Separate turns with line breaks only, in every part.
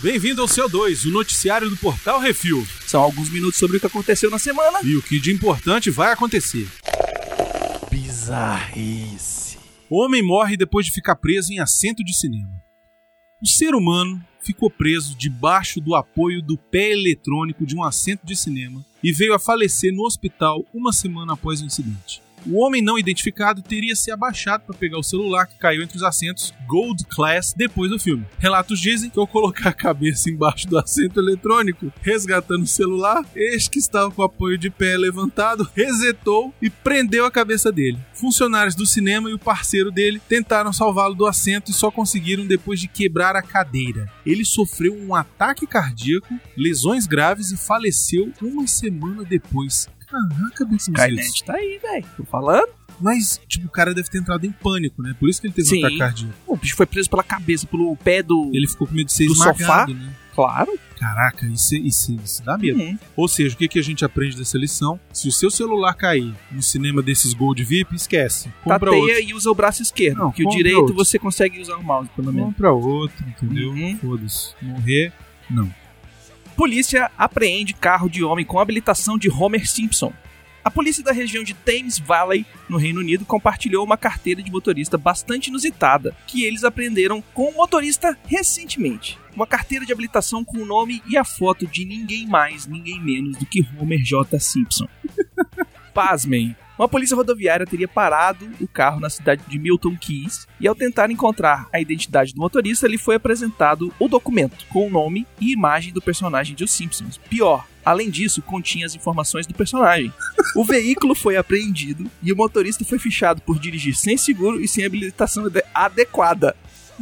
Bem-vindo ao CO2, o noticiário do Portal Refil.
São alguns minutos sobre o que aconteceu na semana.
E o que de importante vai acontecer.
Bizarrice.
Homem morre depois de ficar preso em assento de cinema. O ser humano ficou preso debaixo do apoio do pé eletrônico de um assento de cinema e veio a falecer no hospital uma semana após o incidente. O homem não identificado teria se abaixado para pegar o celular que caiu entre os assentos Gold Class depois do filme. Relatos dizem que ao colocar a cabeça embaixo do assento eletrônico, resgatando o celular, este que estava com o apoio de pé levantado resetou e prendeu a cabeça dele. Funcionários do cinema e o parceiro dele tentaram salvá-lo do assento e só conseguiram depois de quebrar a cadeira. Ele sofreu um ataque cardíaco, lesões graves e faleceu uma semana depois. Caraca, Benção
Skynet tá aí, velho. Tô falando?
Mas, tipo, o cara deve ter entrado em pânico, né? Por isso que ele teve um
Sim.
ataque cardíaco.
O bicho foi preso pela cabeça, pelo pé do.
Ele ficou com medo de ser
Do
esmagado,
sofá?
né?
Claro.
Caraca, isso, isso, isso dá medo.
Uhum.
Ou seja, o que, que a gente aprende dessa lição? Se o seu celular cair no cinema desses Gold VIP, esquece. Compra
Tateia
outro.
e usa o braço esquerdo.
Não,
porque o
compra
direito
outro.
você consegue usar o mouse, pelo menos.
Compra outro, entendeu?
Uhum.
Foda-se. Morrer. Uhum.
Polícia apreende carro de homem com habilitação de Homer Simpson. A polícia da região de Thames Valley, no Reino Unido, compartilhou uma carteira de motorista bastante inusitada que eles aprenderam com o motorista recentemente. Uma carteira de habilitação com o nome e a foto de ninguém mais, ninguém menos do que Homer J. Simpson. Pasmem. Uma polícia rodoviária teria parado o carro na cidade de Milton Keys e, ao tentar encontrar a identidade do motorista, lhe foi apresentado o documento com o nome e imagem do personagem de Os Simpsons. Pior, além disso, continha as informações do personagem. O veículo foi apreendido e o motorista foi fichado por dirigir sem seguro e sem habilitação ade- adequada.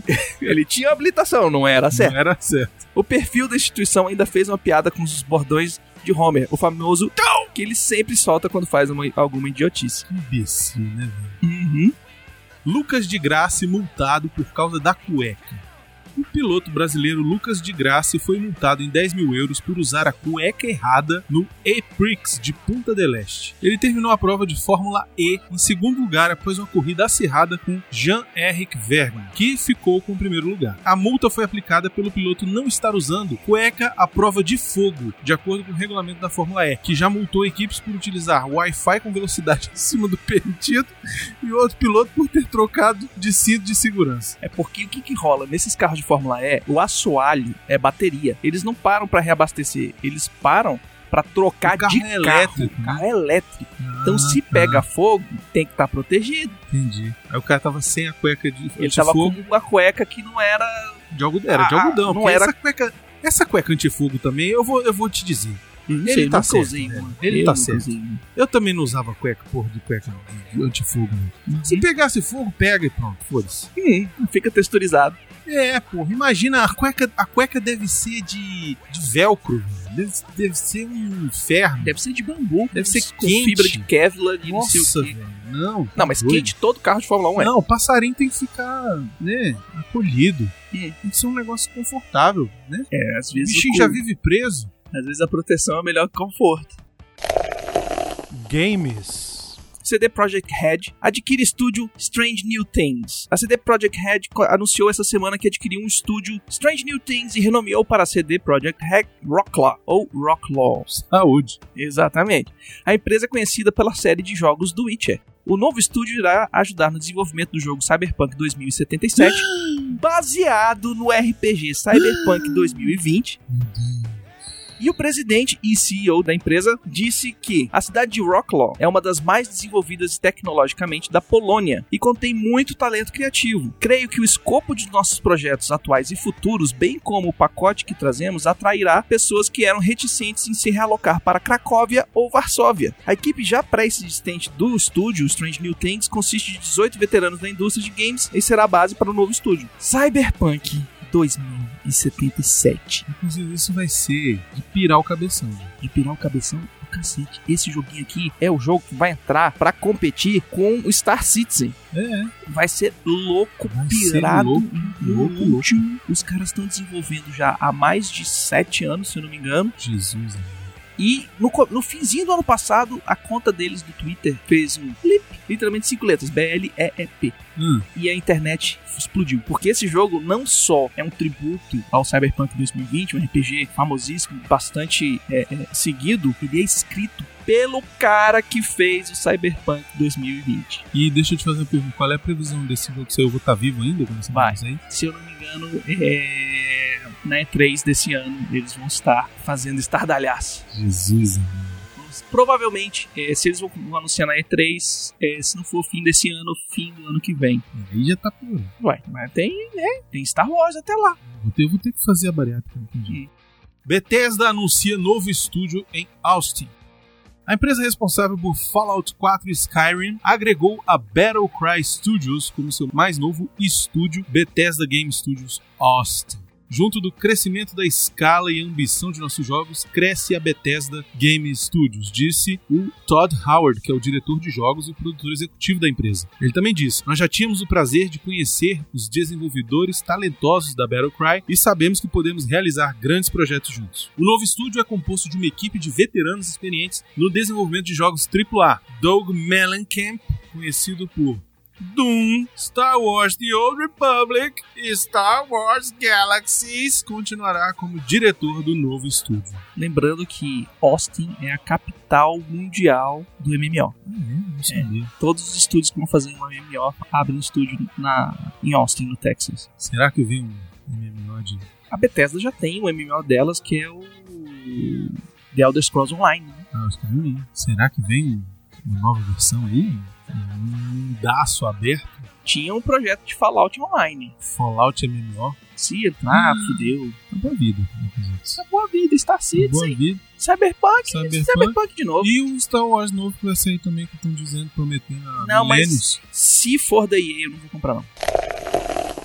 Ele tinha habilitação, não era certo?
Não era certo.
O perfil da instituição ainda fez uma piada com os bordões de Homer, o famoso "Tau", que ele sempre solta quando faz uma- alguma idiotice.
Que imbecil, né, velho?
Uhum.
Lucas de Graça multado por causa da cueca. O piloto brasileiro Lucas de Graça foi multado em 10 mil euros por usar a cueca errada no E-Prix de Punta del Este. Ele terminou a prova de Fórmula E em segundo lugar após uma corrida acirrada com Jean-Eric Vergne, que ficou com o primeiro lugar. A multa foi aplicada pelo piloto não estar usando cueca à prova de fogo, de acordo com o regulamento da Fórmula E, que já multou equipes por utilizar Wi-Fi com velocidade acima do permitido e outro piloto por ter trocado de cinto de segurança.
É porque o que, que rola nesses carros de Fórmula E? O assoalho é bateria. Eles não param pra reabastecer, eles param pra trocar
O carro
de
é
carro.
elétrico,
O carro é elétrico. Então se pega fogo, tem que estar protegido.
Entendi. Aí o cara tava sem a cueca de,
Ele
de
tava
fogo.
com uma cueca que não era
De algodão. Era de
Ah,
algodão.
não
porque
era-
Essa cueca, essa cueca antifogo também, eu vou, eu vou te dizer.
Não
Ele
sei,
tá
nunca
certo,
usei
velho.
uma.
Ele
Eu
tá
nunca
certo.
usei uma.
Eu também não usava cueca, porra, de cueca de- de antifogo. né? Se
Uhum.
pegasse fogo, pega e pronto, foda-se.
Hum, Fica texturizado.
É, porra, imagina, a cueca, a cueca deve ser de, de velcro, velho. deve, deve ser um inferno.
Deve ser de bambu.
Deve ser
com
quente.
fibra de Kevlar e não sei
Nossa,
o quê.
velho, não. tá
Não, mas
doido.
quente todo carro de Fórmula 1 é.
Não, o passarinho tem que ficar, né, acolhido.
Hum.
Tem que ser um negócio confortável, né?
É, às
O
vezes,
bichinho
o-
já vive preso.
às vezes a proteção é o melhor que o conforto.
Games.
CD Projekt Red adquire estúdio Strange New Things. A CD Projekt Red co- anunciou essa semana que adquiriu um estúdio Strange New Things e renomeou para CD Projekt Red Rocklaw, ou Rocklaws.
Saúde.
Exatamente. A empresa é conhecida pela série de jogos do Witcher. O novo estúdio irá ajudar no desenvolvimento do jogo Cyberpunk 2077, baseado no RPG Cyberpunk 2020. E o presidente e CEO da empresa disse que a cidade de Rocklaw é uma das mais desenvolvidas tecnologicamente da Polônia e contém muito talento criativo. Creio que o escopo de nossos projetos atuais e futuros, bem como o pacote que trazemos, atrairá pessoas que eram reticentes em se realocar para Cracóvia ou Varsóvia. A equipe já pré-existente do estúdio, Strange New Things, consiste de 18 veteranos da indústria de games e será a base para o novo estúdio. Cyberpunk 2077.
Inclusive, isso vai ser de pirar o cabeção. né?
de pirar o cabeção do cacete. Esse joguinho aqui é o jogo que vai entrar pra competir com o Star Citizen.
É,
Vai ser louco,
Vai ser
pirado.
louco,
no
louco, louco.
último. Os caras estão desenvolvendo já há mais de sete anos, se eu não me engano.
Jesus.
E no, co- no finzinho do ano passado, a conta deles do Twitter fez um flip Literalmente cinco letras, B-L-E-E-P.
Hum.
E a internet explodiu. Porque esse jogo não só é um tributo ao Cyberpunk 2020, um RPG famosíssimo, bastante é, é, seguido, ele é escrito pelo cara que fez o Cyberpunk 2020.
E deixa eu te fazer uma pergunta: qual é a previsão desse jogo? Se eu vou estar vivo ainda? quando essa
Vai.
notícia Aí?
Se eu não me engano, é, na E3 desse ano, eles vão estar fazendo estardalhaço.
Jesus. amado.
Provavelmente, é, se eles vão anunciar na E3, é, se não for fim desse ano, fim do ano que vem.
Aí já tá pior.
Ué, mas tem, né? Tem Star Wars até lá.
Vou ter, vou ter que fazer a bariátrica. não tem jeito. Bethesda anuncia novo estúdio em Austin. A empresa responsável por Fallout 4 e Skyrim agregou a Battlecry Studios como seu mais novo estúdio, Bethesda Game Studios Austin. Junto do crescimento da escala e ambição de nossos jogos, cresce a Bethesda Game Studios, disse o Todd Howard, que é o diretor de jogos e produtor executivo da empresa. Ele também disse: Nós já tínhamos o prazer de conhecer os desenvolvedores talentosos da Battlecry e sabemos que podemos realizar grandes projetos juntos. O novo estúdio é composto de uma equipe de veteranos experientes no desenvolvimento de jogos AAA. Doug Mellencamp, conhecido por Doom, Star Wars The Old Republic e Star Wars Galaxies continuará como diretor do novo estúdio. Ah,
Lembrando que Austin é a capital mundial do
é?
MMO.
não
sabia. Todos os estúdios que vão fazer um MMO abrem um estúdio na, em Austin, no Texas.
Será que eu vi um MMO de...
A Bethesda já tem o MMO delas, que é o The Elder Scrolls Online. né?
Ah, os caras aí. Será que vem uma nova versão aí? Um daço aberto?
Tinha um projeto de Fallout Online.
Fallout MMO?
Se entrar,
Hum.
fudeu.
Uma boa vida. né, quer dizer,
Essa é boa vida, Star
Uma boa
Citizen,
vida.
Cyberpunk,
Cyberpunk.
Cyberpunk, de novo.
E um Star Wars novo que vai sair também, que estão dizendo, prometendo há
Não, mas-
milênios.
Se for da EA, eu não vou comprar não.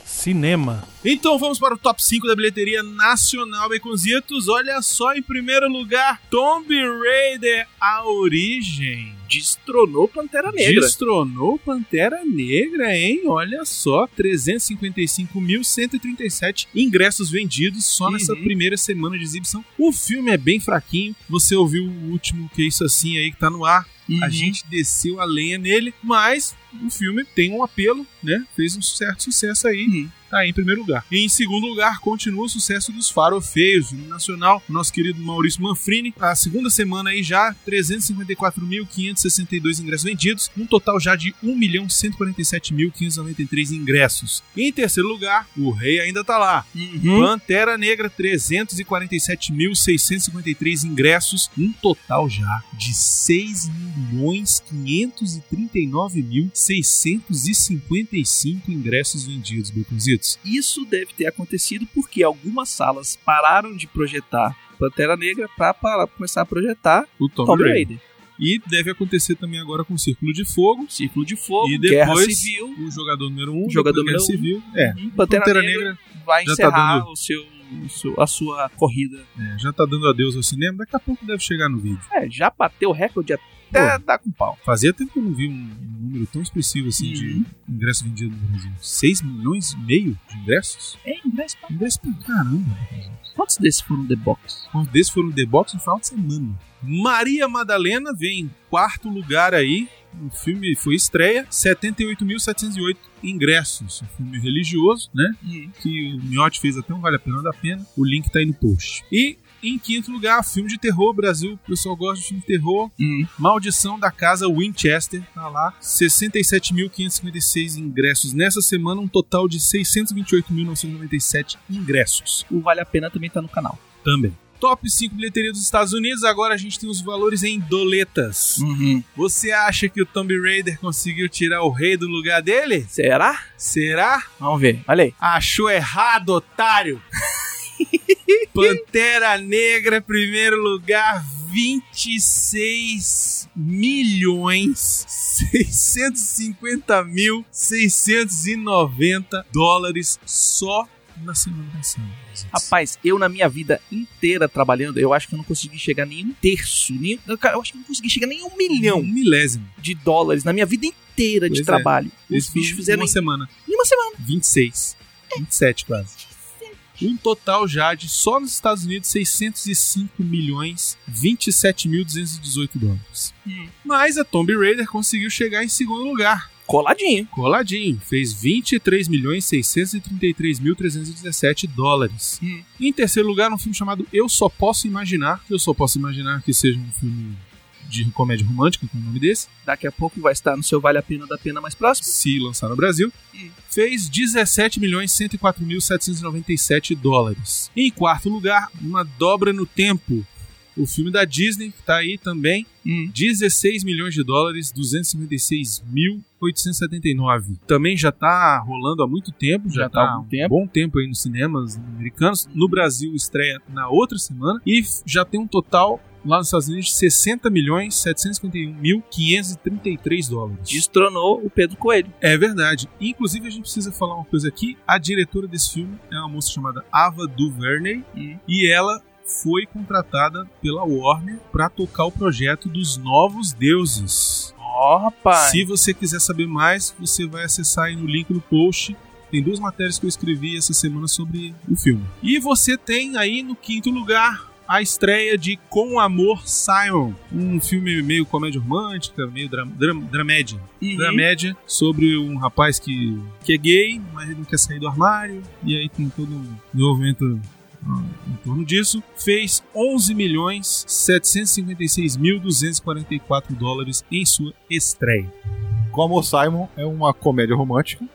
Cinema.
Então vamos para o top 5 da bilheteria nacional, Baconzitos. Olha só, em primeiro lugar, Tomb Raider, a origem.
Destronou Pantera Negra.
Destronou Pantera Negra, hein? Olha só, 355.137 ingressos vendidos só nessa
Uhum.
primeira semana de exibição. O filme é bem fraquinho. Você ouviu o último que é isso assim aí que tá no ar. A
Uhum.
gente desceu a lenha nele, mas o filme tem um apelo, né? Fez um certo sucesso aí
Uhum.
tá aí em primeiro lugar. E em segundo lugar, continua o sucesso dos farofeios, filme nacional, nosso querido Maurício Manfrini. A segunda semana aí já, 354.562 ingressos vendidos, um total já de 1.147.593 ingressos. E em terceiro lugar, o rei ainda tá lá.
Uhum.
Pantera Negra, 347.653 ingressos, um total já de 6.539.655 ingressos vendidos, Baconzitos.
Isso deve ter acontecido porque algumas salas pararam de projetar Pantera Negra pra, pra começar a projetar
O Tom,
Tomb
Brady.
Raider. Um
E deve acontecer também agora com o Círculo de Fogo,
Círculo de Fogo,
E
Guerra
depois-
Civil,
o jogador número 1, um,
Jogador
depois Guerra
número
Civil. É,
Uhum. Pantera,
Pantera
Negra,
Negra
vai
já tá
encerrar
dando-
o seu, o seu- a sua corrida.
é, já tá dando adeus ao cinema, daqui a pouco deve chegar no vídeo.
É, já bateu o recorde até dar com pau.
Fazia tempo que eu não vi um, um número tão expressivo assim de
Uhum.
ingressos vendidos no Brasil. 6 milhões e meio de ingressos?
É, ingresso pra-
Ingresso pra caramba.
Quantos desses foram The Box?
Quantos desses foram no The Box no final de semana? Maria Madalena vem em quarto lugar aí. O filme foi estreia, 78.708 ingressos. Um filme religioso, né?
Hum,
Que o Miotti fez até um Vale a Pena da Pena. O link tá aí no post. E em quinto lugar, filme de terror. Brasil, o pessoal gosta de filme de terror.
Uhum.
Maldição da Casa Winchester, tá lá. 67.556 ingressos nessa semana, um total de 628.997 ingressos
O Vale a Pena também tá no canal.
também. Top 5 bilheteria dos Estados Unidos, agora a gente tem os valores em doletas.
Uhum.
Você acha que o Tomb Raider conseguiu tirar o rei do lugar dele?
Será?
Será?
Vamos ver. Olha aí.
Achou errado, otário! Pantera Negra, primeiro lugar, 26 milhões 650 mil 690 dólares só na semana passada.
Rapaz, eu na minha vida inteira trabalhando, eu acho que eu não consegui chegar nem um terço, nem, eu, cara, eu acho que eu não consegui chegar nem um
Um
milhão
milésimo.
de dólares na minha vida inteira
Pois
de
é.
trabalho.
Eles
Os bichos
fizeram
fizeram
uma
em
semana.
em uma semana.
26. 27 quase. Um total já de só nos Estados Unidos 605 milhões 27.218 dólares.
Hum.
Mas a Tomb Raider conseguiu chegar em segundo lugar.
Coladinho.
Coladinho, fez 23 milhões 633.317 dólares.
Hum.
Em terceiro lugar, um filme chamado Eu Só Posso Imaginar. Eu só posso imaginar que seja um filme de comédia romântica, com o nome desse,
Daqui a pouco vai estar no seu Vale a Pena da Pena mais próximo.
se lançar no Brasil.
Hum.
Fez 17 milhões 104.797 dólares. Em quarto lugar, Uma Dobra no Tempo. O filme da Disney, que tá aí também,
Hum.
16 milhões de dólares, 256.879. Também já tá rolando há muito tempo, já,
Já tá
tá
há
há
algum
um
tempo.
bom tempo aí nos cinemas americanos. No Brasil estreia na outra semana e f- já tem um total lá nos Estados Unidos de 60 milhões 751.533 dólares.
Destronou o Pedro Coelho.
É verdade. Inclusive, a gente precisa falar uma coisa aqui. A diretora desse filme é uma moça chamada Ava DuVernay
Hum.
e ela foi contratada pela Warner para tocar o projeto dos Novos Deuses.
Ó, rapaz.
Se você quiser saber mais, você vai acessar aí no link no post. Tem duas matérias que eu escrevi essa semana sobre o filme. E você tem aí no quinto lugar a estreia de Com Amor Simon, um filme meio comédia romântica, meio dra dra dramédia
Uhum.
da média sobre um rapaz que, que é gay, mas ele não quer sair do armário, e aí tem todo um desenvolvimento ah, em torno disso. Fez 11 milhões 756.244 dólares em sua estreia.
Com Amor Simon é uma comédia romântica,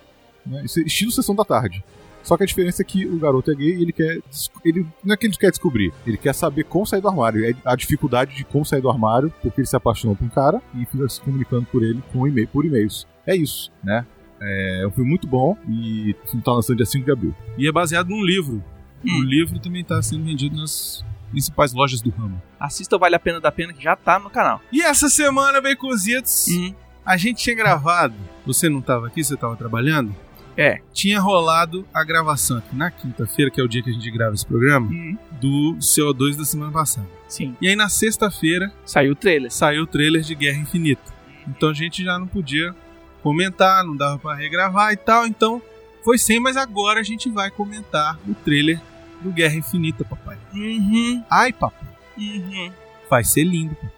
né? Isso é estilo Sessão da Tarde. Só que a diferença é que o garoto é gay e ele quer. des- Ele, não é que ele quer descobrir, ele quer saber como sair do armário. É a dificuldade de como sair do armário, porque ele se apaixonou por um cara e fica se comunicando por ele com e-mail, por e-mails. É isso, né? É um filme muito bom e o filme tá lançando dia 5 de abril.
E é baseado num livro.
Hum.
O livro também está sendo vendido nas principais lojas do ramo.
Assista o Vale a Pena da Pena que já tá no canal.
E essa semana, Baconzitos,
Uhum.
a gente tinha gravado. Você não estava aqui, você estava trabalhando?
É.
Tinha rolado a gravação aqui na quinta-feira, que é o dia que a gente grava esse programa.
Uhum.
do CO2 da semana passada.
Sim.
E aí na sexta-feira
Saiu o trailer.
saiu o trailer de Guerra Infinita. Então a gente já não podia comentar, não dava pra regravar e tal, então foi sem, mas agora a gente vai comentar o trailer do Guerra Infinita, papai.
Uhum.
Ai, papai,
Uhum.
vai ser lindo. papai.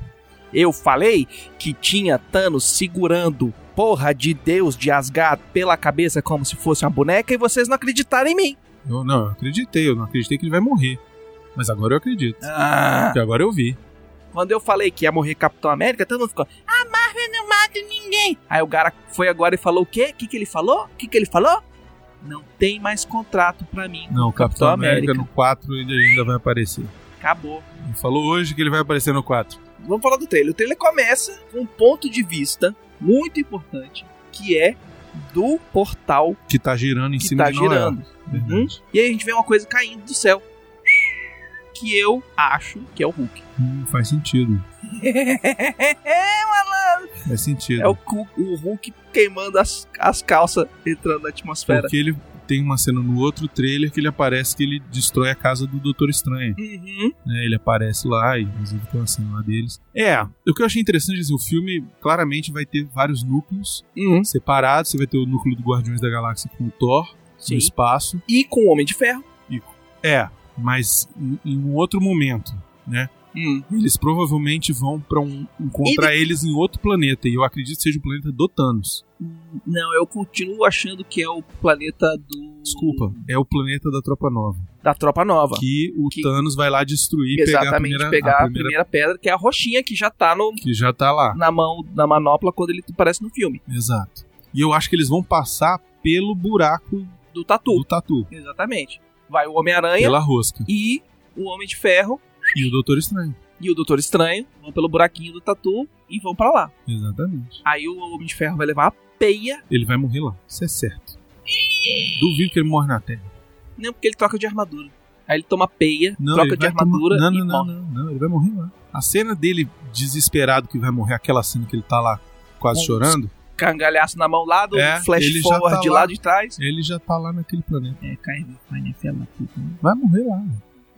Eu falei que tinha Thanos segurando porra de Deus de Asgard pela cabeça como se fosse uma boneca e vocês não acreditaram em mim.
Eu não, eu acreditei, eu não acreditei que ele vai morrer. Mas agora eu acredito,
Ah.
porque agora eu vi.
Quando eu falei que ia morrer Capitão América, todo mundo ficou, a Marvel não mata ninguém. Aí o cara foi agora e falou o quê? O que, que ele falou? O que, que ele falou? Não tem mais contrato pra mim.
Não, o Capitão
Capitão
América,
América.
no 4 ele ainda vai aparecer.
Acabou.
Ele falou hoje que ele vai aparecer no 4.
Vamos falar do trailer. O trailer começa com um ponto de vista muito importante, que é do portal
Que tá girando em
que
cima
tá
de Noel. Uhum.
girando. Uhum.
Verdade.
E aí a gente vê uma coisa caindo do céu. Que eu acho que é o Hulk.
Hum, faz sentido. Faz sentido.
é o, cu- o Hulk queimando as, as calças, entrando na atmosfera.
Porque ele tem uma cena no outro trailer que ele aparece que ele destrói a casa do Doutor Estranho.
Uhum.
né? Ele aparece lá e inclusive tem uma cena lá deles. É, o que eu achei interessante é assim, o filme claramente vai ter vários núcleos
Uhum.
separados. Você vai ter o núcleo do Guardiões da Galáxia com o Thor
Sim.
no espaço.
E com o Homem de Ferro.
É, mas em, em um outro momento.
Uhum.
Eles provavelmente vão para um encontrar eles em outro planeta. E eu acredito que seja o planeta do Thanos.
Não, eu continuo achando que é o planeta do.
Desculpa, é o planeta da Tropa Nova.
Da Tropa Nova.
que o
Hum. Que-
Thanos vai lá destruir e pegar a
Exatamente,
primeira,
pegar
a primeira
pedra, que é a roxinha que já tá no,
que já tá lá.
na mão, na manopla quando ele aparece no filme.
Exato. E eu acho que eles vão passar pelo buraco
Do Tatu.
do Tatu,
Exatamente. Vai o Homem-Aranha
pela rosca.
e o Homem de Ferro
E o Doutor Estranho.
e o Doutor Estranho vão pelo buraquinho do tatu e vão pra lá.
Exatamente.
Aí o Homem de Ferro vai levar a peia,
Ele vai morrer lá. Isso é certo. Duvido que ele morre na Terra.
não né, porque ele troca de armadura. Aí ele toma peia,
Não,
troca
ele
de
vai tomar-
armadura
Não,
e
não, não,
morre.
não, não, Ele vai morrer lá. A cena dele desesperado que vai morrer, aquela cena que ele tá lá quase
Com-
chorando,
Cangalhaço na mão lá do
É, ele
flash
já
forward
tá
de
lá.
lá de trás.
ele já tá lá naquele planeta.
É, cai, vai na tela.
Vai morrer lá.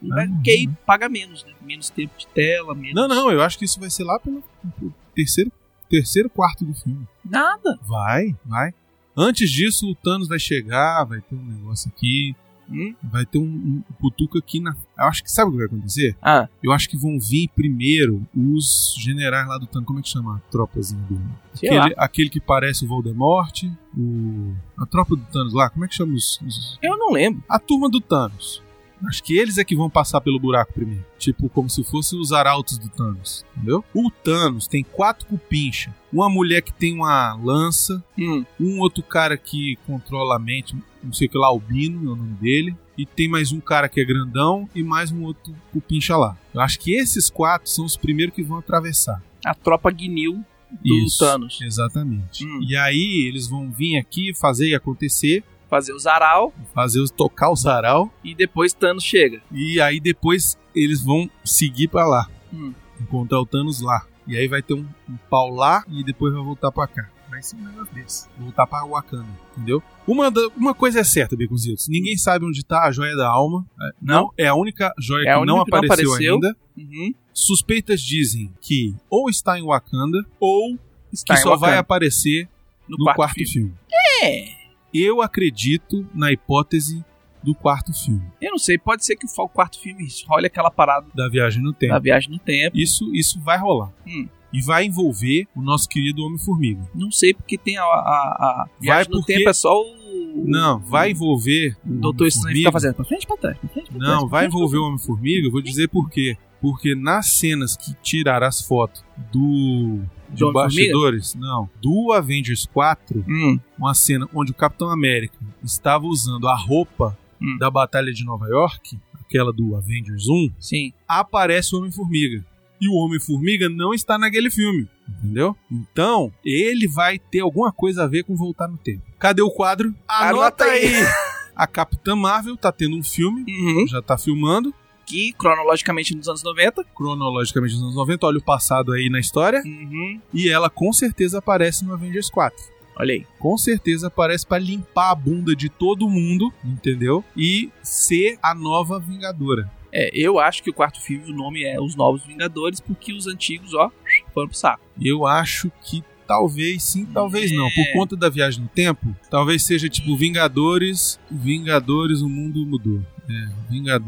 E vai-
Ah,
Porque aí paga menos, né? Menos tempo de tela, menos.
Não, não, eu acho que isso vai ser lá pelo pelo terceiro, terceiro quarto do filme.
Nada.
Vai, vai. Antes disso, o Thanos vai chegar, vai ter um negócio aqui.
Hum?
Vai ter um, um cutuca aqui na. Eu acho que sabe o que vai acontecer?
Ah,
Eu acho que vão vir primeiro os generais lá do tanque. Como é que chama a tropazinha do.
sei lá.
Aquele, aquele que parece o Voldemort, o. A tropa do Thanos lá, como é que chama os- os...
Eu não lembro.
A turma do Thanos. Acho que eles é que vão passar pelo buraco primeiro. Tipo, como se fossem os arautos do Thanos, entendeu? O Thanos tem quatro cupincha. Uma mulher que tem uma lança.
Hum.
Um outro cara que controla a mente. Não sei o que lá, Albino é o nome dele. E tem mais um cara que é grandão e mais um outro cupincha lá. Eu acho que esses quatro são os primeiros que vão atravessar.
A tropa Guinil do Thanos.
Exatamente.
Hum.
E aí eles vão vir aqui fazer e acontecer.
Fazer o Zaral
Fazer os tocar o sarau.
e depois Thanos chega.
E aí depois eles vão seguir pra lá.
Hum.
Encontrar o Thanos lá. E aí vai ter um, um pau lá e depois vai voltar pra cá. Vai ser um negócio desse. Voltar pra Wakanda, entendeu? Uma, da- uma coisa é certa, Beconzitos. Ninguém sabe onde tá a joia da alma. É, Não, é a única joia
É a
que,
única
não
que não
apareceu
apareceu.
ainda.
Uhum.
Suspeitas dizem que ou está em Wakanda ou
Está
que
Tá em
só vai
Wakanda,
aparecer no, quarto, filme.
É.
Eu acredito na hipótese do quarto filme,
Eu não sei, pode ser que o quarto filme role aquela parada
da viagem no tempo.
da viagem no tempo.
Isso, isso vai rolar.
Hum.
E vai envolver o nosso querido Homem-Formiga.
Não sei porque tem a, a, a viagem no
porque-
tempo é só o.
Não, vai envolver o
Hum. Doutor Estranho
Homem-Formiga.
fica fazendo pra frente e pra trás. Pra frente, pra trás,
Não,
pra
vai
frente, pra
envolver o Homem-Formiga, eu vou dizer por quê. Porque nas cenas que tiraram as fotos do. De
Homem-Formiga?
bastidores, não. Do Avengers 4,
trás. Hum.
uma cena onde o Capitão América estava usando a roupa
Hum.
da Batalha de Nova York, aquela do Avengers 1,
Sim.
aparece o Homem-Formiga. E o Homem-Formiga não está naquele filme, entendeu? Então, ele vai ter alguma coisa a ver com voltar no tempo. Cadê o quadro?
Anota
A Capitã Marvel tá tendo um filme,
Uhum.
já tá filmando,
Que cronologicamente nos anos 90.
cronologicamente nos anos 90, olha o passado aí na história,
Uhum.
e ela com certeza aparece no Avengers 4.
Olha aí.
Com certeza aparece pra limpar a bunda de todo mundo, entendeu? E ser a nova Vingadora.
É, eu acho que o quarto filme, o nome é Os Novos Vingadores, porque os antigos, ó, foram pro saco.
Eu acho que talvez sim, talvez não. Por conta da viagem no tempo, talvez seja tipo Vingadores, Vingadores, o mundo mudou. É,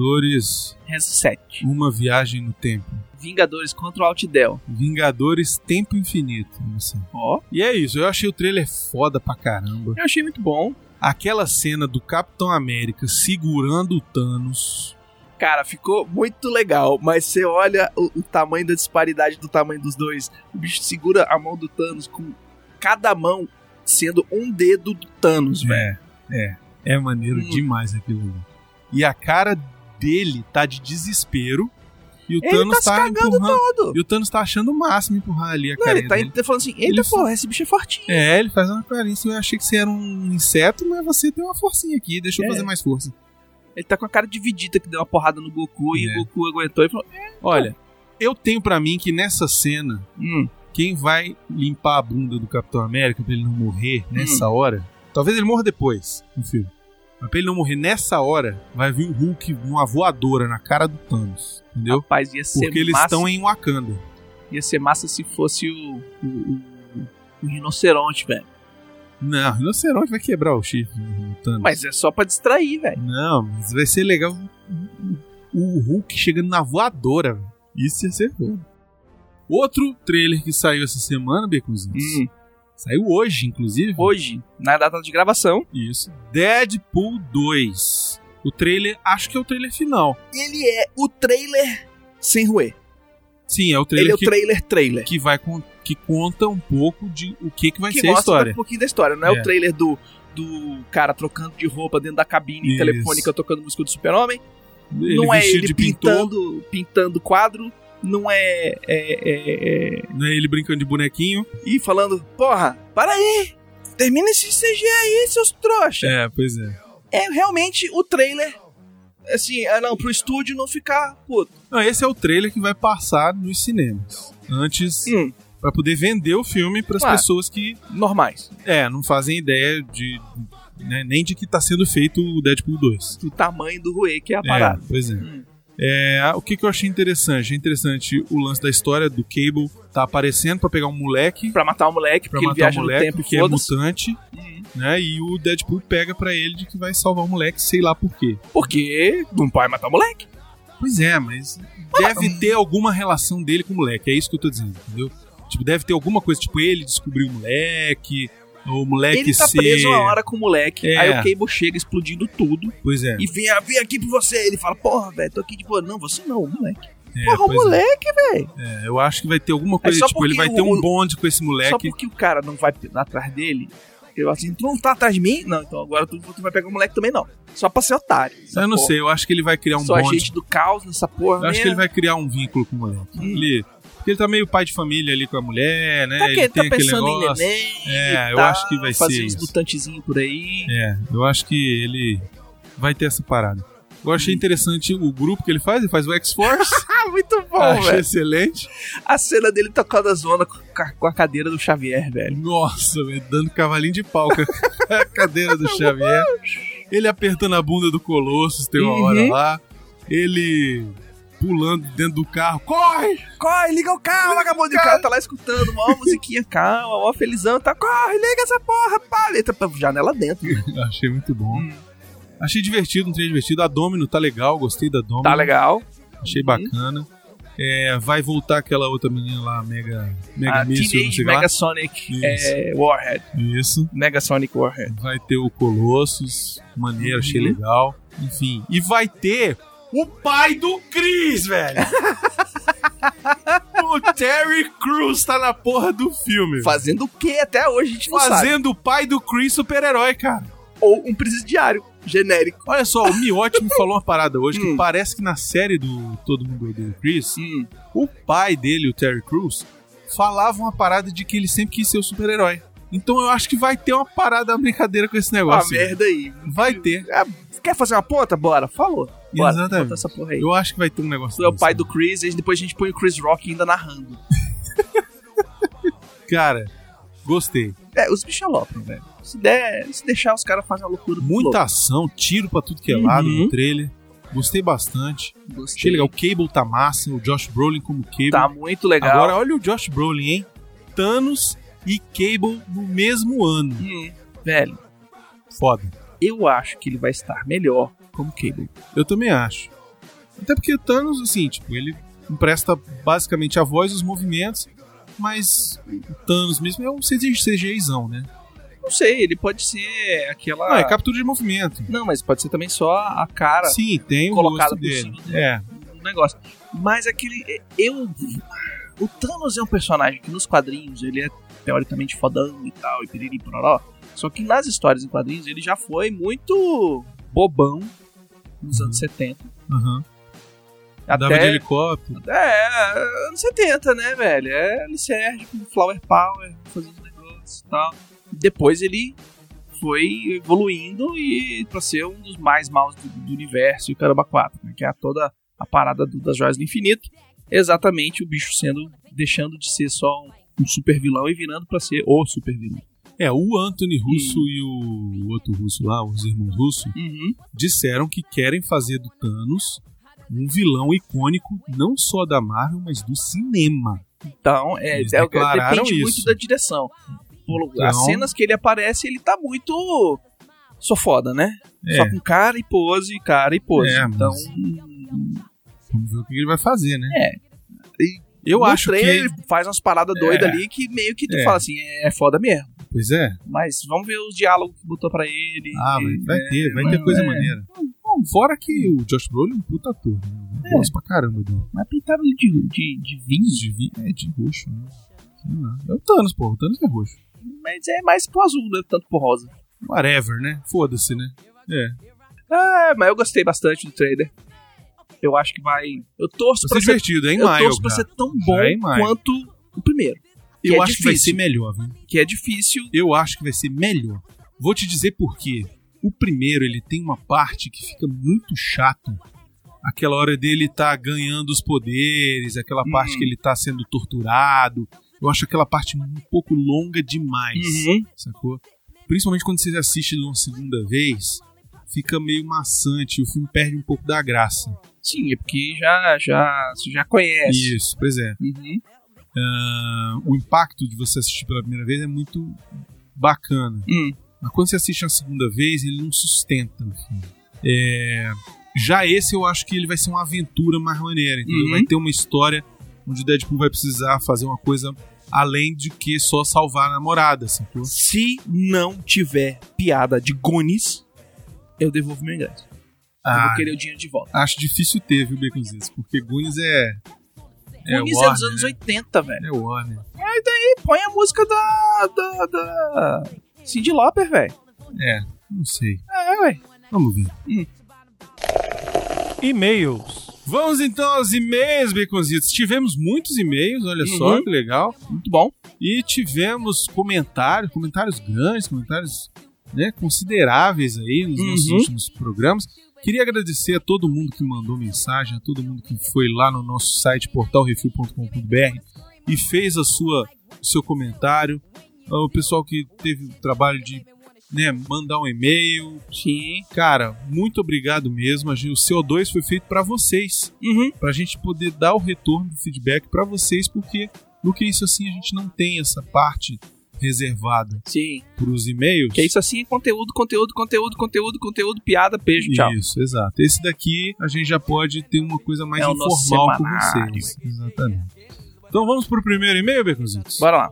Vingadores,
Reset.
uma viagem no tempo.
Vingadores contra o Outdell.
Vingadores, tempo infinito. não sei.
Ó,
E é isso, eu achei o trailer foda pra caramba.
eu achei muito bom.
Aquela cena do Capitão América segurando o Thanos.
Cara, ficou muito legal, mas você olha o, o tamanho da disparidade do tamanho dos dois. O bicho segura a mão do Thanos com cada mão sendo um dedo do Thanos, velho.
É, é. É maneiro
Hum.
demais aquilo ali. E a cara dele tá de desespero. E o
Ele
Thanos
tá se
tá,
cagando
empurrando,
todo.
E o Thanos tá achando o máximo empurrar ali a
Não, ele
carinha
tá
dele.
ele tá falando assim, eita
Ele
porra, esse bicho é fortinho.
É, ele faz uma carinha. assim, Eu achei que você era um inseto, mas você tem uma forcinha aqui. Deixa eu
É.
fazer mais força.
Ele tá com a cara de Vegeta que deu uma porrada no Goku e
É.
o Goku aguentou e falou,
Olha, eu tenho pra mim que nessa cena,
hum,
quem vai limpar a bunda do Capitão América pra ele não morrer nessa
Hum.
hora... Talvez ele morra depois no filme. Mas pra ele não morrer nessa hora, vai vir um Hulk numa voadora na cara do Thanos. Entendeu?
rapaz, ia Ah, ser
Porque eles
massa.
estão em Wakanda.
Ia ser massa se fosse o, o, o- o rinoceronte, velho.
Não, o rinoceronte vai quebrar o chifre do Thanos.
Mas é só pra distrair, velho.
Não, mas vai ser legal o Hulk chegando na voadora. velho. Isso ia ser bom. Outro trailer que saiu essa semana, Beconzitos.
Hum,
Saiu hoje, inclusive.
hoje, na data de gravação,
Isso. Deadpool 2. O trailer, acho que é o trailer final.
ele é o trailer sem ruê.
Sim, é o
Ele
trailer,
é o
que,
trailer trailer.
que vai con- que conta um pouco de o que, que vai
que
ser a
mostra
história.
um pouquinho da história. Não é,
É.
o trailer do, do cara trocando de roupa dentro da cabine
Isso.
telefônica tocando música do super-homem.
Ele
Não é
vestido
ele
de pintor,
pintando, pintando quadro. Não é, é, é- é-
não é ele brincando de bonequinho.
E falando, porra, para aí! Termina esse CG aí, seus trouxa.
É, pois é.
É. realmente o trailer. Assim, ah, não, pro estúdio não ficar puto.
Não, esse é o trailer que vai passar nos cinemas. Antes
Hum,
Pra poder vender o filme pras
Claro.
pessoas que
normais.
é não fazem ideia de né, nem de que tá sendo feito o Deadpool 2.
Do tamanho do Rue, que é a
É,
parada.
pois é.
Hum.
É, o que, que eu achei interessante? Achei interessante o lance da história do Cable tá aparecendo pra pegar um moleque,
Pra matar o moleque,
pra
porque ele
matar
viaja
o moleque,
no tempo
que é
foda-se. Uhum.
mutante, né? E o Deadpool pega pra ele de que vai salvar o moleque, sei lá por quê.
Porque não pode matar o moleque.
Pois é, mas deve
Uhum.
ter alguma relação dele com o moleque, é isso que eu tô dizendo, entendeu? Tipo, deve ter alguma coisa, tipo, ele descobriu o moleque, ou o moleque
ele tá
ser...
preso uma hora com o moleque.
É.
Aí o Cable chega explodindo tudo.
Pois é.
E vem, vem aqui pra você. Ele fala, porra, velho, tô aqui de boa. Não, você não, moleque.
é,
porra,
pois é.
moleque, velho.
É, eu acho que vai ter alguma coisa,
só
tipo, ele vai
porque
ter um
o-
bonde com esse
Só
moleque.
porque o cara não vai atrás dele. Eu assim, tu não tá atrás de mim? Não, então agora tu, tu vai pegar o moleque também, não. Só pra ser otário. essa
Eu não
porra.
sei, eu acho que ele vai criar um
Só
bonde.
gente do caos nessa porra.
Eu acho
mesmo.
que ele vai criar um vínculo com o moleque.
Hum.
Ele, porque ele tá meio pai de família ali com a mulher, né?
Tá, que,
ele
tá
tem aquele
pensando em
negócio.
neném.
É,
e
eu
tal,
acho que vai ser
Fazer uns
isso.
mutantezinhos por aí.
É, eu acho que ele vai ter essa parada. Eu achei interessante o grupo que ele faz, ele faz o X-Force.
Ah, muito bom,
achei
velho.
excelente.
A cena dele tocando a zona com a, com a cadeira do Xavier, velho.
Nossa, velho, dando cavalinho de pau com a cadeira do Xavier. Ele apertando a bunda do Colossus, tem uma
Uhum.
hora lá. Ele pulando dentro do carro. Corre!
Corre, liga o carro, vagabundo. E o cara tá lá escutando, uma musiquinha calma, mó felizão. Tá, corre, liga essa porra, pá. Ele tá pra janela dentro.
Achei muito bom.
Hum.
Achei divertido, um treino divertido. A Domino tá legal, gostei da Domino.
Tá legal.
Achei bacana. É, vai voltar aquela outra menina lá, Mega, Mega
a
Missile, não
Ah, Teenage
sei lá.
Mega Sonic
Isso.
é, Warhead.
Isso.
Mega Sonic Warhead.
Vai ter o Colossus, maneiro, achei
Uhum.
legal. Enfim, e vai ter o pai do Chris, velho. o Terry Crews tá na porra do filme. velho.
Fazendo o que até hoje a gente não sabe.
Fazendo o pai do Chris super-herói, cara.
Ou um presidiário genérico.
Olha só, o Miotti me falou uma parada hoje que
Hum.
parece que na série do Todo Mundo Odeia o Chris,
Sim.
o pai dele, o Terry Crews, falava uma parada de que ele sempre quis ser o super-herói. Então eu acho que vai ter uma parada, uma brincadeira com esse
Uma
negócio.
Ah, merda aí. É,
vai ter.
Quer fazer uma ponta? Bora, falou. Bora,
Exatamente.
conta essa porra aí.
Eu acho que vai ter um negócio.
Tu é o
desse.
pai do Chris e depois a gente põe o Chris Rock ainda narrando.
Cara, gostei.
É, os bichos alopram, velho. Se, der, se deixar, os caras fazem uma loucura.
Muita ação, tiro pra tudo que é lado
Uhum.
no trailer. Gostei bastante.
louca. Gostei.
Achei legal. O Cable tá massa, o Josh Brolin como Cable.
Tá muito legal.
Agora olha o Josh Brolin, hein? Thanos e Cable no mesmo ano.
Hum, velho,
Foda.
eu acho que ele vai estar melhor como Cable.
Eu também acho. Até porque o Thanos, assim, tipo, ele empresta basicamente a voz e os movimentos, mas o Thanos mesmo é um CGIzão, né?
Não sei, ele pode ser aquela.
Não, é captura de movimento.
Não, mas pode ser também só a Ah. cara
Sim, tem o
colocada
rosto
por
dele.
cima do-
É,
do um negócio. Mas aquele. é, Eu. O Thanos é um personagem que nos quadrinhos ele é teoricamente fodão e tal, e piriri pororó. Só que nas histórias em quadrinhos ele já foi muito bobão nos anos 70.
aham. Andava de
Até,
helicóptero.
é, anos 70, né, velho? É lisérgico, flower power, fazendo negócios e tal. Depois ele foi evoluindo e pra ser um dos mais maus do, do universo e o caramba 4, né, que é toda a parada do- das joias do infinito. Exatamente o bicho sendo, deixando de ser só um, um super vilão e virando pra ser o super vilão.
É, o Anthony Russo e o outro russo lá, os irmãos Russo,
Uhum.
disseram que querem fazer do Thanos um vilão icônico, não só da Marvel, mas do cinema.
Então, é,
Eles
é o que-
declararam
depende muito
isso.
da direção. Pô,
Então-
As cenas que ele aparece, ele tá muito. Sou foda, né?
É.
Só com cara e pose, cara e pose.
É, mas-
então.
Vamos ver o que ele vai fazer, né?
É.
Eu
no
acho
trailer,
que.
ele faz umas paradas
É.
doidas ali que meio que tu
É.
fala assim, é foda mesmo.
Pois é.
Mas vamos ver os diálogos que botou pra ele.
Ah, vai, vai ter, vai ter
mas-
coisa
é.
maneira. Bom, fora que o Josh Brolin é um puta ator, né? Eu gosto pra caramba dele.
Mas pintaram ele de, de, de vinho.
De vi- é de roxo, né? Sei lá. É o Thanos, pô. O Thanos é roxo.
Mas é mais pro azul, né? Tanto pro rosa.
Whatever, né? Foda-se, né? É.
É, mas eu gostei bastante do trailer. Eu acho que vai. Eu torço
Vai ser
pra ser
divertido, é em
eu
maio.
torço pra
cara.
ser tão bom
Já é em maio.
quanto o primeiro. que
Eu
é
acho que vai ser
difícil.
melhor, viu?
Que é difícil.
Eu acho que vai ser melhor. Vou te dizer por quê. O primeiro, ele tem uma parte que fica muito chata. Aquela hora dele tá ganhando os poderes, aquela
Hum.
parte que ele tá sendo torturado. Eu acho aquela parte um pouco longa demais.
Uhum.
sacou? Principalmente quando você assiste de uma segunda vez, fica meio maçante, o filme perde um pouco da graça,
Sim, é porque já, já, você já conhece.
Isso, pois é.
Uhum.
Ah, o impacto de você assistir pela primeira vez é muito bacana.
Hum.
Mas quando você assiste a segunda vez, ele não sustenta no filme. É, Já esse eu acho que ele vai ser uma aventura mais maneira, entendeu?
Uhum.
Vai ter uma história onde o Deadpool vai precisar fazer uma coisa além de que só salvar a namorada, sacou?
Se não tiver piada de Goonies, eu devolvo meu ingresso. Eu vou querer o dinheiro de volta.
Ah, acho difícil ter, viu, Baconzitos? Porque Goonies é... É
Goonies é dos
Warner,
anos
né?
80, velho.
É Warner.
E põe a música da. da. da. Cyndi Lauper, velho.
É, não sei.
É, ué.
Vamos ver.
E-mails.
Vamos então aos e-mails, Baconzitos. Tivemos muitos e-mails, olha só,
Uhum.
que legal.
Muito bom.
E tivemos comentários, comentários grandes, comentários né, consideráveis aí nos nossos
Uhum.
últimos programas. Queria agradecer a todo mundo que mandou mensagem, a todo mundo que foi lá no nosso site portalrefil.com.br e fez a sua o seu comentário. Ah, O pessoal que teve o trabalho de né, mandar um e-mail.
Sim.
Cara, muito obrigado mesmo. A gente- O CO2 foi feito para vocês
Uhum.
para a gente poder dar o retorno do feedback para vocês, porque no que isso assim a gente não tem essa parte reservada
Sim.
para os e-mails.
Que isso assim é conteúdo, conteúdo, conteúdo, conteúdo, conteúdo, piada, beijo, tchau.
Isso, exato. Esse daqui a gente já pode ter uma coisa mais
É o nosso
informal com
semanário.
vocês. Exatamente. Então vamos para o primeiro e-mail, Beconzitos.
Bora lá.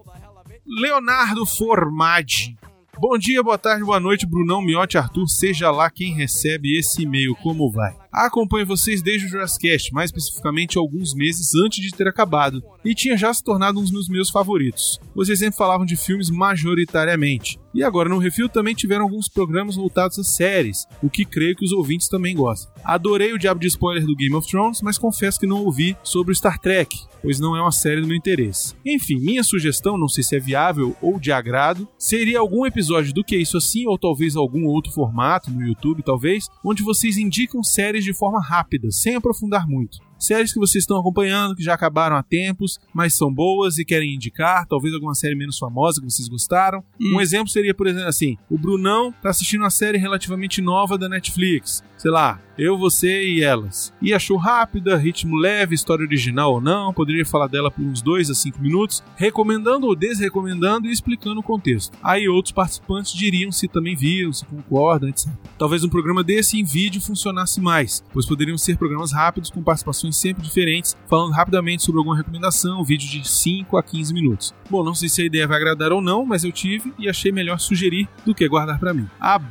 Leonardo Formaggi. Bom dia, boa tarde, boa noite, Brunão, Miotti, Arthur, seja lá quem recebe esse e-mail, como vai? Acompanho vocês desde o Jurassicast, mais especificamente alguns meses antes de ter acabado, e tinha já se tornado um dos meus favoritos. Vocês sempre falavam de filmes majoritariamente, e agora no Refil também tiveram alguns programas voltados a séries, o que creio que os ouvintes também gostam. Adorei o diabo de spoiler do Game of Thrones, mas confesso que não ouvi sobre o Star Trek, pois não é uma série do meu interesse. Enfim, minha sugestão, não sei se é viável ou de agrado, seria algum episódio do Que Isso Assim, ou talvez algum outro formato, no YouTube talvez, onde vocês indicam séries de forma rápida, sem aprofundar muito. Séries que vocês estão acompanhando, que já acabaram há tempos, mas são boas e querem indicar, talvez alguma série menos famosa que vocês gostaram. Um exemplo seria, por exemplo, assim: o Brunão tá assistindo uma série relativamente nova da Netflix. Sei lá, eu, você e elas. E achou rápida, ritmo leve, história original ou não, poderia falar dela por uns 2 a 5 minutos, recomendando ou desrecomendando e explicando o contexto. Aí outros participantes diriam se também viram, se concordam, etc. Talvez um programa desse em vídeo funcionasse mais, pois poderiam ser programas rápidos com participações sempre diferentes, falando rapidamente sobre alguma recomendação, vídeo de 5 a 15 minutos. Bom, não sei se a ideia vai agradar ou não, mas eu tive e achei melhor sugerir do que guardar pra mim.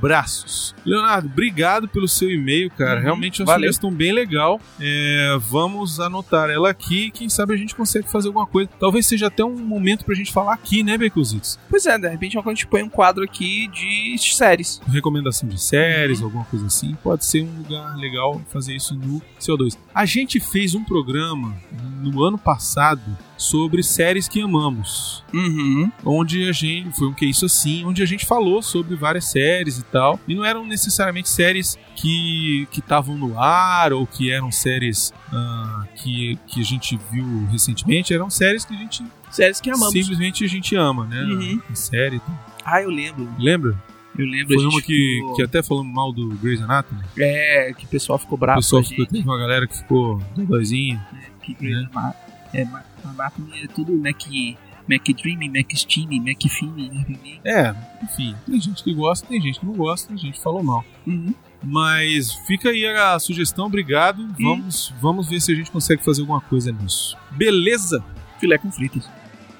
Abraços. Leonardo, obrigado pelo seu e-mail, cara.
Uhum,
Realmente é uma
valeu.
sugestão bem legal. É, vamos anotar ela aqui e quem sabe a gente consegue fazer alguma coisa. Talvez seja até um momento pra gente falar aqui, né, Becuzitos?
Pois é, de repente quando a gente põe um quadro aqui de séries.
recomendação de séries,
Uhum.
alguma coisa assim, pode ser um lugar legal fazer isso no CO2. A gente fez um programa no ano passado sobre séries que amamos,
Uhum.
onde a gente foi um que isso assim, onde a gente falou sobre várias séries e tal, e não eram necessariamente séries que que estavam no ar ou que eram séries ah, que que a gente viu recentemente, eram séries que a gente
Séries que amamos.
simplesmente a gente ama, né?
Uhum.
A série, e tal.
Ah, eu lembro.
lembra?
Eu lembro. a
Foi
gente
uma que,
ficou-
que até falamos mal do Grey's Anatomy.
É, que o pessoal ficou bravo.
O pessoal
com a
ficou,
gente,
teve uma galera que ficou um, doisinha.
que
né?
Grey's Ana- é, Ma- Anatomy é tudo Mac, Mac Dream, Mac Steam, Mac Film, né?
É, enfim, tem gente que gosta, tem gente que não gosta, tem gente que falou mal.
Uhum.
Mas fica aí a sugestão, obrigado. Vamos, vamos ver se a gente consegue fazer alguma coisa nisso. Beleza?
Filé com fritas.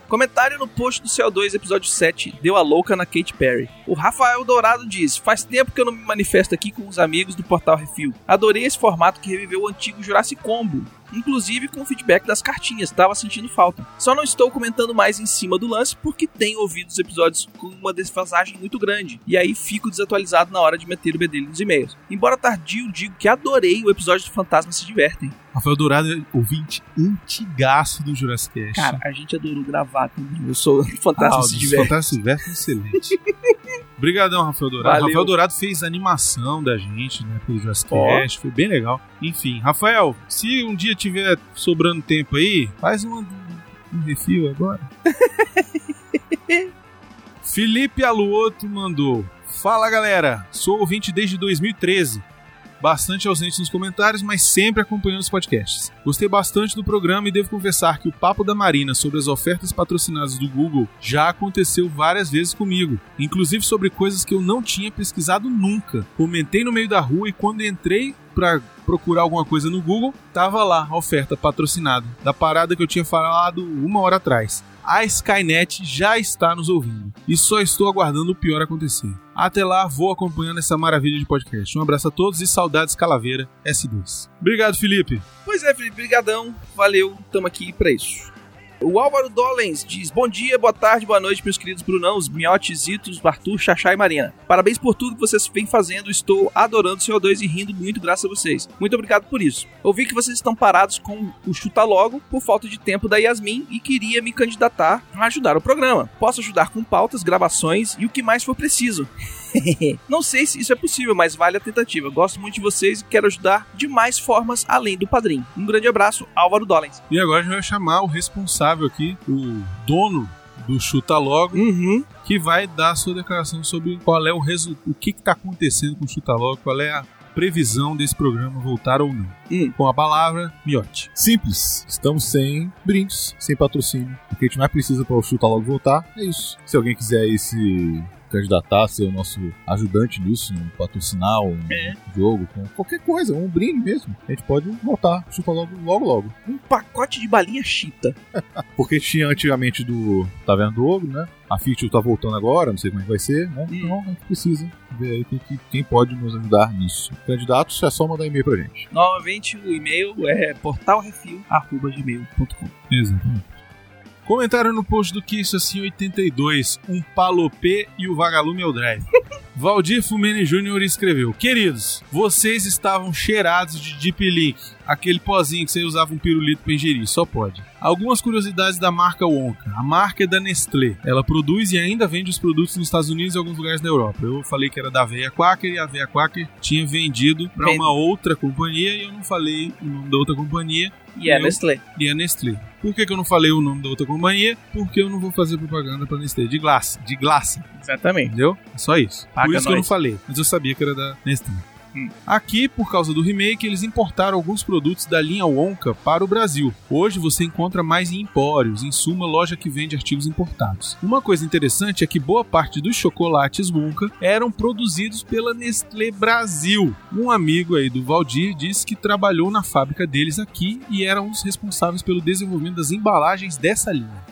Comentário no post do CO2, episódio 7. Deu a louca na Katy Perry. O Rafael Dourado diz: Faz tempo que eu não me manifesto aqui com os amigos do Portal Refil. Adorei esse formato que reviveu o antigo Jurassic Combo. Inclusive com o feedback das cartinhas, tava sentindo falta. Só não estou comentando mais em cima do lance porque tenho ouvido os episódios com uma desfasagem muito grande. E aí fico desatualizado na hora de meter o bedelho nos e-mails. Embora tardio, digo que adorei o episódio do Fantasma Se Divertem.
Rafael Dourado é ouvinte antigaço do Jurassic Cast.
Cara, a gente adorou gravar também. Eu sou o Fantasma
Fantástico,
Se Diverte.
Fantástico Silvestre, excelente. Obrigadão, Rafael Dourado.
Valeu.
Rafael Dourado fez animação da gente, né, pelo Jurassic
Ó.
Cast, foi bem legal. Enfim, Rafael, se um dia tiver sobrando tempo aí, faz uma, um refil agora. Felipe Aluoto mandou. Fala, galera. Sou ouvinte desde 2013. bastante ausente nos comentários, mas sempre acompanhando os podcasts. Gostei bastante do programa e devo confessar que o papo da Marina sobre as ofertas patrocinadas do Google já aconteceu várias vezes comigo, inclusive sobre coisas que eu não tinha pesquisado nunca. Comentei no meio da rua e quando entrei para procurar alguma coisa no Google, tava lá a oferta patrocinada da parada que eu tinha falado uma hora atrás. A Skynet já está nos ouvindo e só estou aguardando o pior acontecer. Até lá, vou acompanhando essa maravilha de podcast. Um abraço a todos e saudades Calaveira S2. Obrigado, Felipe.
Pois é, Felipe, brigadão. Valeu, tamo aqui pra isso. O Álvaro Dolens diz: Bom dia, boa tarde, boa noite, meus queridos Brunão, os Miotes, Itos, Arthur, Xaxá e Marina. Parabéns por tudo que vocês vêm fazendo, estou adorando o CO2 e rindo muito graças a vocês. Muito obrigado por isso. Ouvi que vocês estão parados com o Chuta Logo por falta de tempo da Yasmin e queria me candidatar a ajudar o programa. Posso ajudar com pautas, gravações e o que mais for preciso. Não sei se isso é possível, mas vale a tentativa. Gosto muito de vocês e quero ajudar de mais formas além do padrinho. Um grande abraço, Álvaro Dolens.
E agora a gente vai chamar o responsável aqui, o dono do Chuta Logo,
Uhum.
que vai dar a sua declaração sobre qual é o resultado, o que está acontecendo com o Chuta Logo, qual é a previsão desse programa voltar ou não.
Hum.
Com a palavra, Miote.
Simples. Estamos sem brindes, sem patrocínio. O que a gente mais precisa para o chuta logo voltar é isso. Se alguém quiser aí se candidatar, ser o nosso ajudante nisso, um patrocinar um jogo, com qualquer coisa, um brinde mesmo, a gente pode voltar, chuta logo, logo, logo.
Um pacote de balinha chita.
Porque tinha antigamente do Taverna do Ogro, né? A Fitch tá voltando agora, não sei como é que vai ser, né?
Hum.
Então a gente precisa ver aí quem, que- quem pode nos ajudar nisso. Candidatos é só mandar e-mail pra gente.
Novamente, o e-mail é portalrefil.gmail.com.
Exatamente. Comentário no post do que isso assim 82, um palopê e o vagalume ao drive. Valdir Fumene Jr. escreveu: Queridos, vocês estavam cheirados de Deep Link, aquele pozinho que você usava um pirulito pra ingerir, só pode. Algumas curiosidades da marca Wonka. A marca é da Nestlé. Ela produz e ainda vende os produtos nos Estados Unidos e alguns lugares da Europa. Eu falei que era da Veia Quaker e a Veia Quaker tinha vendido pra
Vende.
uma outra companhia e eu não falei o nome da outra companhia
E é
Eu-
Nestlé.
e a Nestlé. Por que, que eu não falei o nome da outra companhia? Porque eu não vou fazer propaganda pra Nestlé de glaça, de glaça,
Exatamente.
entendeu? É só isso.
Paga
por isso que eu não
nós.
falei, mas eu sabia que era da Nestlé.
Hum.
Aqui, por causa do remake, eles importaram alguns produtos da linha Wonka para o Brasil. Hoje você encontra mais em empórios, em suma, loja que vende artigos importados. Uma coisa interessante é que boa parte dos chocolates Wonka eram produzidos pela Nestlé Brasil. Um amigo aí do Valdir disse que trabalhou na fábrica deles aqui e eram os responsáveis pelo desenvolvimento das embalagens dessa linha.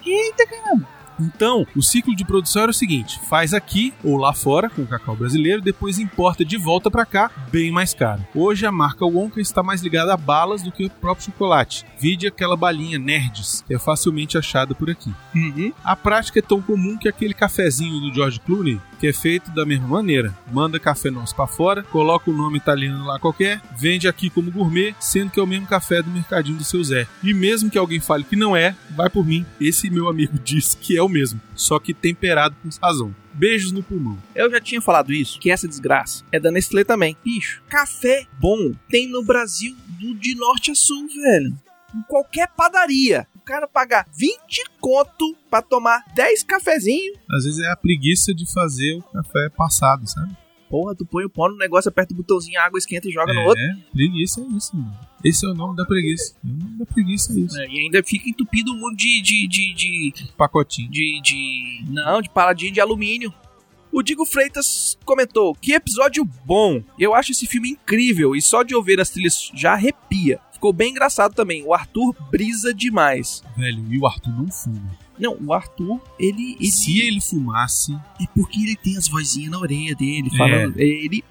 Então, o ciclo de produção era o seguinte: faz aqui ou lá fora com o cacau brasileiro, depois importa de volta pra cá, bem mais caro. Hoje a marca Wonka está mais ligada a balas do que o próprio chocolate. Vide aquela balinha Nerds, que é facilmente achada por aqui.
Uhum.
A prática é tão comum que aquele cafezinho do George Clooney, que é feito da mesma maneira. Manda café nosso pra fora, coloca o nome italiano lá qualquer, vende aqui como gourmet, sendo que é o mesmo café do mercadinho do seu Zé. E mesmo que alguém fale que não é, vai por mim. Esse meu amigo disse que é o mesmo, só que temperado com sazão. Beijos no pulmão.
Eu já tinha falado isso, que essa desgraça é da Nestlé também. Bicho, café bom tem no Brasil do, de norte a sul, velho. Em qualquer padaria. O cara pagar 20 conto pra tomar 10 cafezinhos.
Às vezes é a preguiça de fazer o café passado, sabe?
Porra, tu põe o pão no negócio, aperta o botãozinho, a água esquenta e joga Tá no
é,
outro.
preguiça é isso, mano. Esse é o nome da preguiça. O nome da preguiça é isso.
né? E ainda fica entupido o mundo de- de- de- de
Pacotinho.
de, de- Não, de paradinha de alumínio. O Digo Freitas comentou: Que episódio bom! Eu acho esse filme incrível e só de ouvir as trilhas já arrepia. Ficou bem engraçado também. O Arthur brisa demais.
Velho, e o Arthur não fuma.
Não, o Arthur, ele.
E
ele-
se ele fumasse,
é porque ele tem as vozinhas na orelha dele,
É.
falando. Ele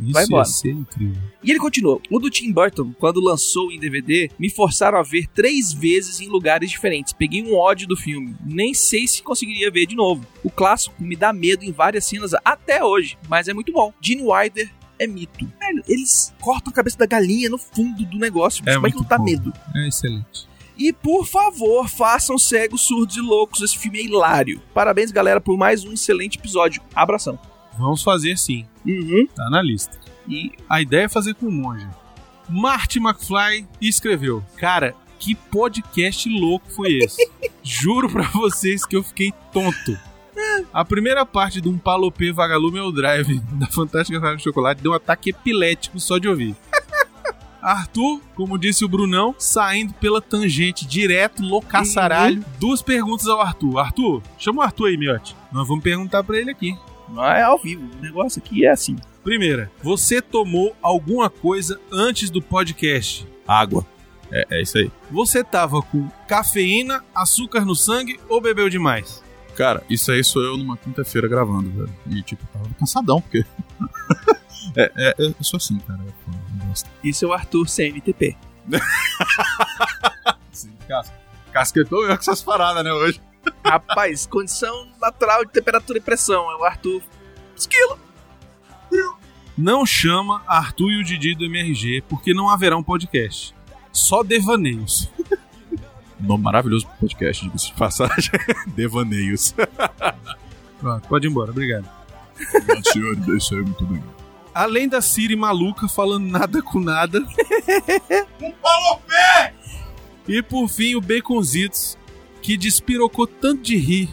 Isso
Vai
ia
embora.
ser incrível.
E ele continuou: O do Tim Burton, quando lançou em DVD, me forçaram a ver três vezes em lugares diferentes. Peguei um ódio do filme. Nem sei se conseguiria ver de novo. O clássico me dá medo em várias cenas até hoje, mas é muito bom. Gene Wilder é mito. Velho, eles cortam a cabeça da galinha no fundo do negócio.
É
bicho. Como é que não
muito
dá
bom.
medo?
É excelente.
E por favor, façam cegos, surdos e loucos. Esse filme é hilário. Parabéns, galera, por mais um excelente episódio. Abração.
Vamos fazer sim,
Uhum.
tá na lista.
E
A ideia é fazer com o monge. Marty McFly escreveu: Cara, que podcast louco foi esse? Juro pra vocês que eu fiquei tonto. A primeira parte é de um palopê vagalume ao drive da Fantástica Fábrica de Chocolate deu um ataque epilético só de ouvir. Arthur, como disse o Brunão, saindo pela tangente direto, loucaçaralho. Duas perguntas ao Arthur. Arthur, chama o Arthur aí, miote. Nós vamos perguntar pra ele aqui.
Não é ao vivo. O negócio aqui é assim.
Primeira, você tomou alguma coisa antes do podcast?
Água. É, é isso aí.
Você tava com cafeína, açúcar no sangue ou bebeu demais?
Cara, isso aí sou eu numa quinta-feira gravando, velho. E, tipo, tava cansadão, porque. é, é, eu sou assim, cara. Eu foda, não gosto.
Isso é o Arthur CNTP.
Sim, casca. Casquetou mesmo com essas paradas, né, hoje.
Rapaz, condição natural de temperatura e pressão. É o Arthur. Esquilo.
Não chama Arthur e o Didi do MRG, porque não haverá um podcast. Só devaneios.
Nome maravilhoso pro podcast, diga-se de passagem. Devaneios.
Pronto, pode ir embora, obrigado.
Obrigado, senhores. É isso aí, muito bem.
Além da Siri maluca falando nada com nada. E por fim, o Baconzitos, que despirocou tanto de rir.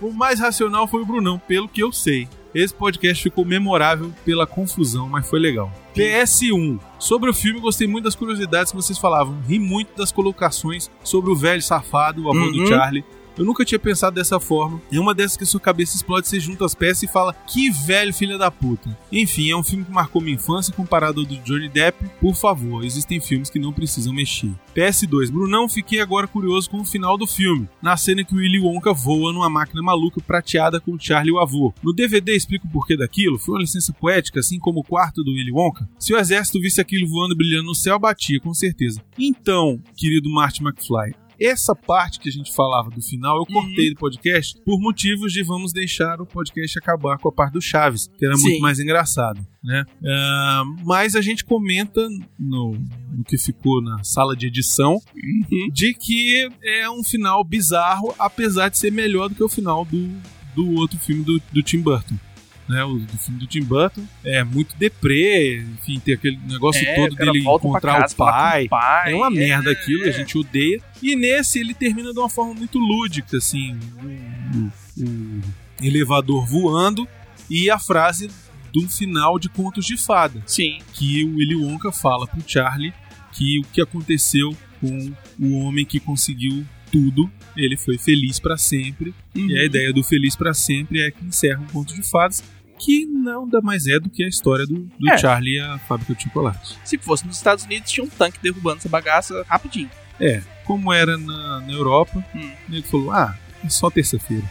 o mais racional foi o Brunão, pelo que eu sei. Esse podcast ficou memorável pela confusão, mas foi legal. PS1. Sobre o filme, gostei muito das curiosidades que vocês falavam. Ri muito das colocações sobre o velho safado, o avô
Uhum.
do Charlie. Eu nunca tinha pensado dessa forma. É uma dessas que sua cabeça explode, você junta as peças e fala que velho filha da puta. Enfim, é um filme que marcou minha infância comparado ao do Johnny Depp. Por favor, existem filmes que não precisam mexer. PS2. Brunão, fiquei agora curioso com o final do filme. Na cena que o Willy Wonka voa numa máquina maluca prateada com o Charlie e o avô. No DVD explica o porquê daquilo. Foi uma licença poética, assim como o quarto do Willy Wonka. Se o exército visse aquilo voando e brilhando no céu, batia, com certeza. Então, querido Marty McFly, essa parte que a gente falava do final, eu cortei
Uhum.
do podcast por motivos de vamos deixar o podcast acabar com a parte do Chaves, que era
Sim.
muito mais engraçado, né? Ah, mas a gente comenta no, no que ficou na sala de edição
Uhum.
de que é um final bizarro, apesar de ser melhor do que o final do, do outro filme do, do Tim Burton. Né, o do filme do Tim Burton é muito deprê, enfim, tem aquele negócio
É,
todo
o cara
dele
volta pra
encontrar
casa,
o
fala com
pai.
o pai.
É uma merda
É.
aquilo, a gente odeia. E nesse ele termina de uma forma muito lúdica, assim, o, o- o elevador voando e a frase do final de Contos de Fada,
Sim.
que o Willy Wonka fala pro Charlie que o que aconteceu com o homem que conseguiu tudo, ele foi feliz pra sempre. E a ideia do feliz pra sempre é que encerra um Conto de Fadas que não dá mais é do que a história do, do
É.
Charlie e a fábrica de chocolate.
Se fosse nos Estados Unidos, tinha um tanque derrubando essa bagaça rapidinho.
como era na, na Europa,
Hum.
o nego falou: ah, é só terça-feira.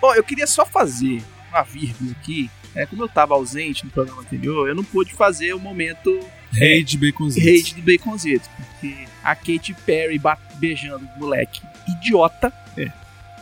Bom, eu queria só fazer uma vírgula aqui. É, como eu tava ausente no programa anterior, eu não pude fazer o momento
Rei de baconzitos.
rage do Baconzito. Porque a Katy Perry ba- beijando o moleque idiota. é,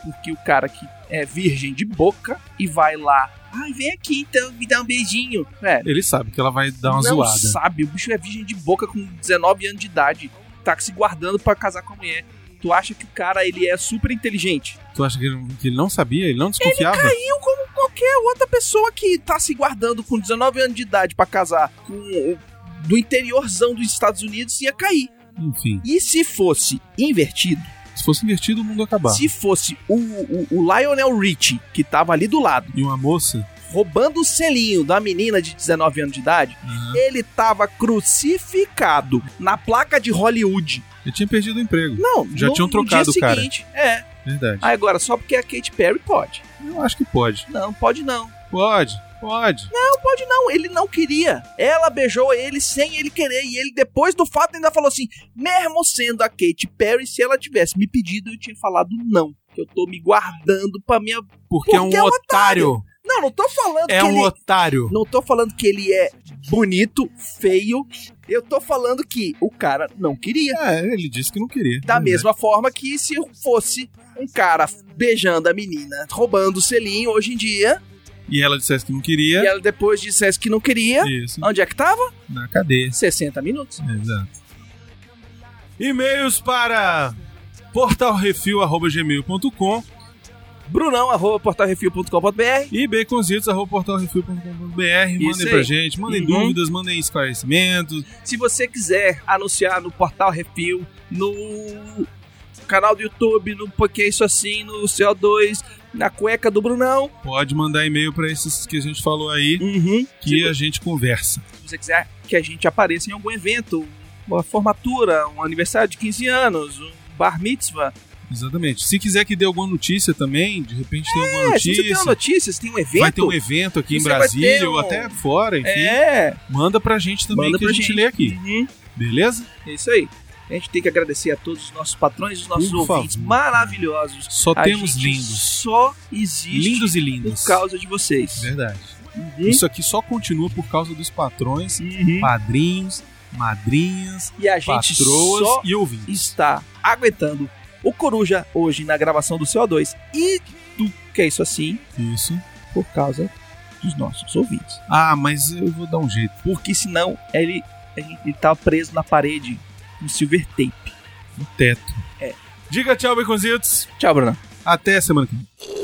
Porque o cara que é virgem de boca e vai lá. Ai, vem aqui então, me dá um beijinho. É,
Ele sabe que ela vai dar uma
não
zoada.
sabe, o bicho é virgem de boca com 19 anos de idade. Tá se guardando pra casar com a mulher. Tu acha que o cara ele é super inteligente?
Tu acha que ele, que ele não sabia? Ele não desconfiava?
caiu como qualquer outra pessoa que tá se guardando com 19 anos de idade pra casar com o- do interiorzão dos Estados Unidos ia cair.
Enfim,
E se fosse invertido,
se fosse invertido, o mundo acabava.
se fosse o, o- o Lionel Richie, que tava ali do lado,
E uma moça,
roubando o selinho da menina de 19 anos de idade,
Uhum.
ele tava crucificado na placa de Hollywood.
ele tinha perdido o emprego.
Não,
Já
no,
tinham
no
trocado o
dia
cara.
seguinte, É.
Verdade.
Ah, agora, só porque a Katy Perry pode.
Eu acho que pode.
Não, pode não.
Pode, pode.
pode não, ele não queria. Ela beijou ele sem ele querer e ele depois do fato ainda falou assim: "Mesmo sendo a Katy Perry, se ela tivesse me pedido, eu tinha falado não, que eu tô me guardando pra minha
Porque, é um
Porque é um
otário.
Não, não tô falando
É
que
um
ele
otário.
não tô falando que ele é bonito, feio. Eu tô falando que o cara não queria.
É, ele disse que não queria.
Da mesma forma que se fosse um cara beijando a menina, roubando o selinho hoje em dia,
E ela dissesse que não
e
queria.
ela depois dissesse que não queria,
Isso.
onde é que tava?
Na cadeia.
60 minutos.
Exato. E-mails para portalrefil.gmail.com
brunão, arroba portalrefil.com.br.
e baconzitos.portalrefil.com.br.
Isso
Mandem
aí.
pra gente, mandem
Uhum.
dúvidas, mandem esclarecimentos.
Se você quiser anunciar no Portal Refil, no canal do YouTube, no Porque Isso Assim, no CO2, na cueca do Brunão.
Pode mandar e-mail pra esses que a gente falou aí,
Uhum.
que a gente conversa.
Se você quiser que a gente apareça em algum evento, uma formatura, um aniversário de 15 anos, um bar mitzvah.
Exatamente. Se quiser que dê alguma notícia também, de repente tem alguma
É, se você tem
notícia.
uma notícia, se tem um evento.
Vai ter um evento aqui em
Você vai ter
Brasília
um-
ou até fora, enfim.
É,
Manda pra gente também
Manda
que a
pra
gente,
gente.
lê aqui,
uhum,
beleza?
é isso aí. A gente tem que agradecer a todos os nossos patrões, os nossos
Por
ouvintes
favor.
maravilhosos.
Só
A
temos
gente
lindos.
Só existe
Lindos Né? e
por
lindas.
causa de vocês.
Verdade.
Uhum.
Isso aqui só continua por causa dos patrões,
Uhum.
padrinhos, madrinhas,
E a gente
patroas
só
e ouvintes.
está aguentando o Coruja hoje na gravação do CO2 e do Que É Isso Assim
Isso.
por causa dos nossos ouvintes.
Ah, mas eu vou dar um jeito.
Porque senão ele, ele tá preso na parede no silver tape.
No teto.
É.
Diga tchau, Baconzitos.
Tchau, Bruno.
Até semana que vem.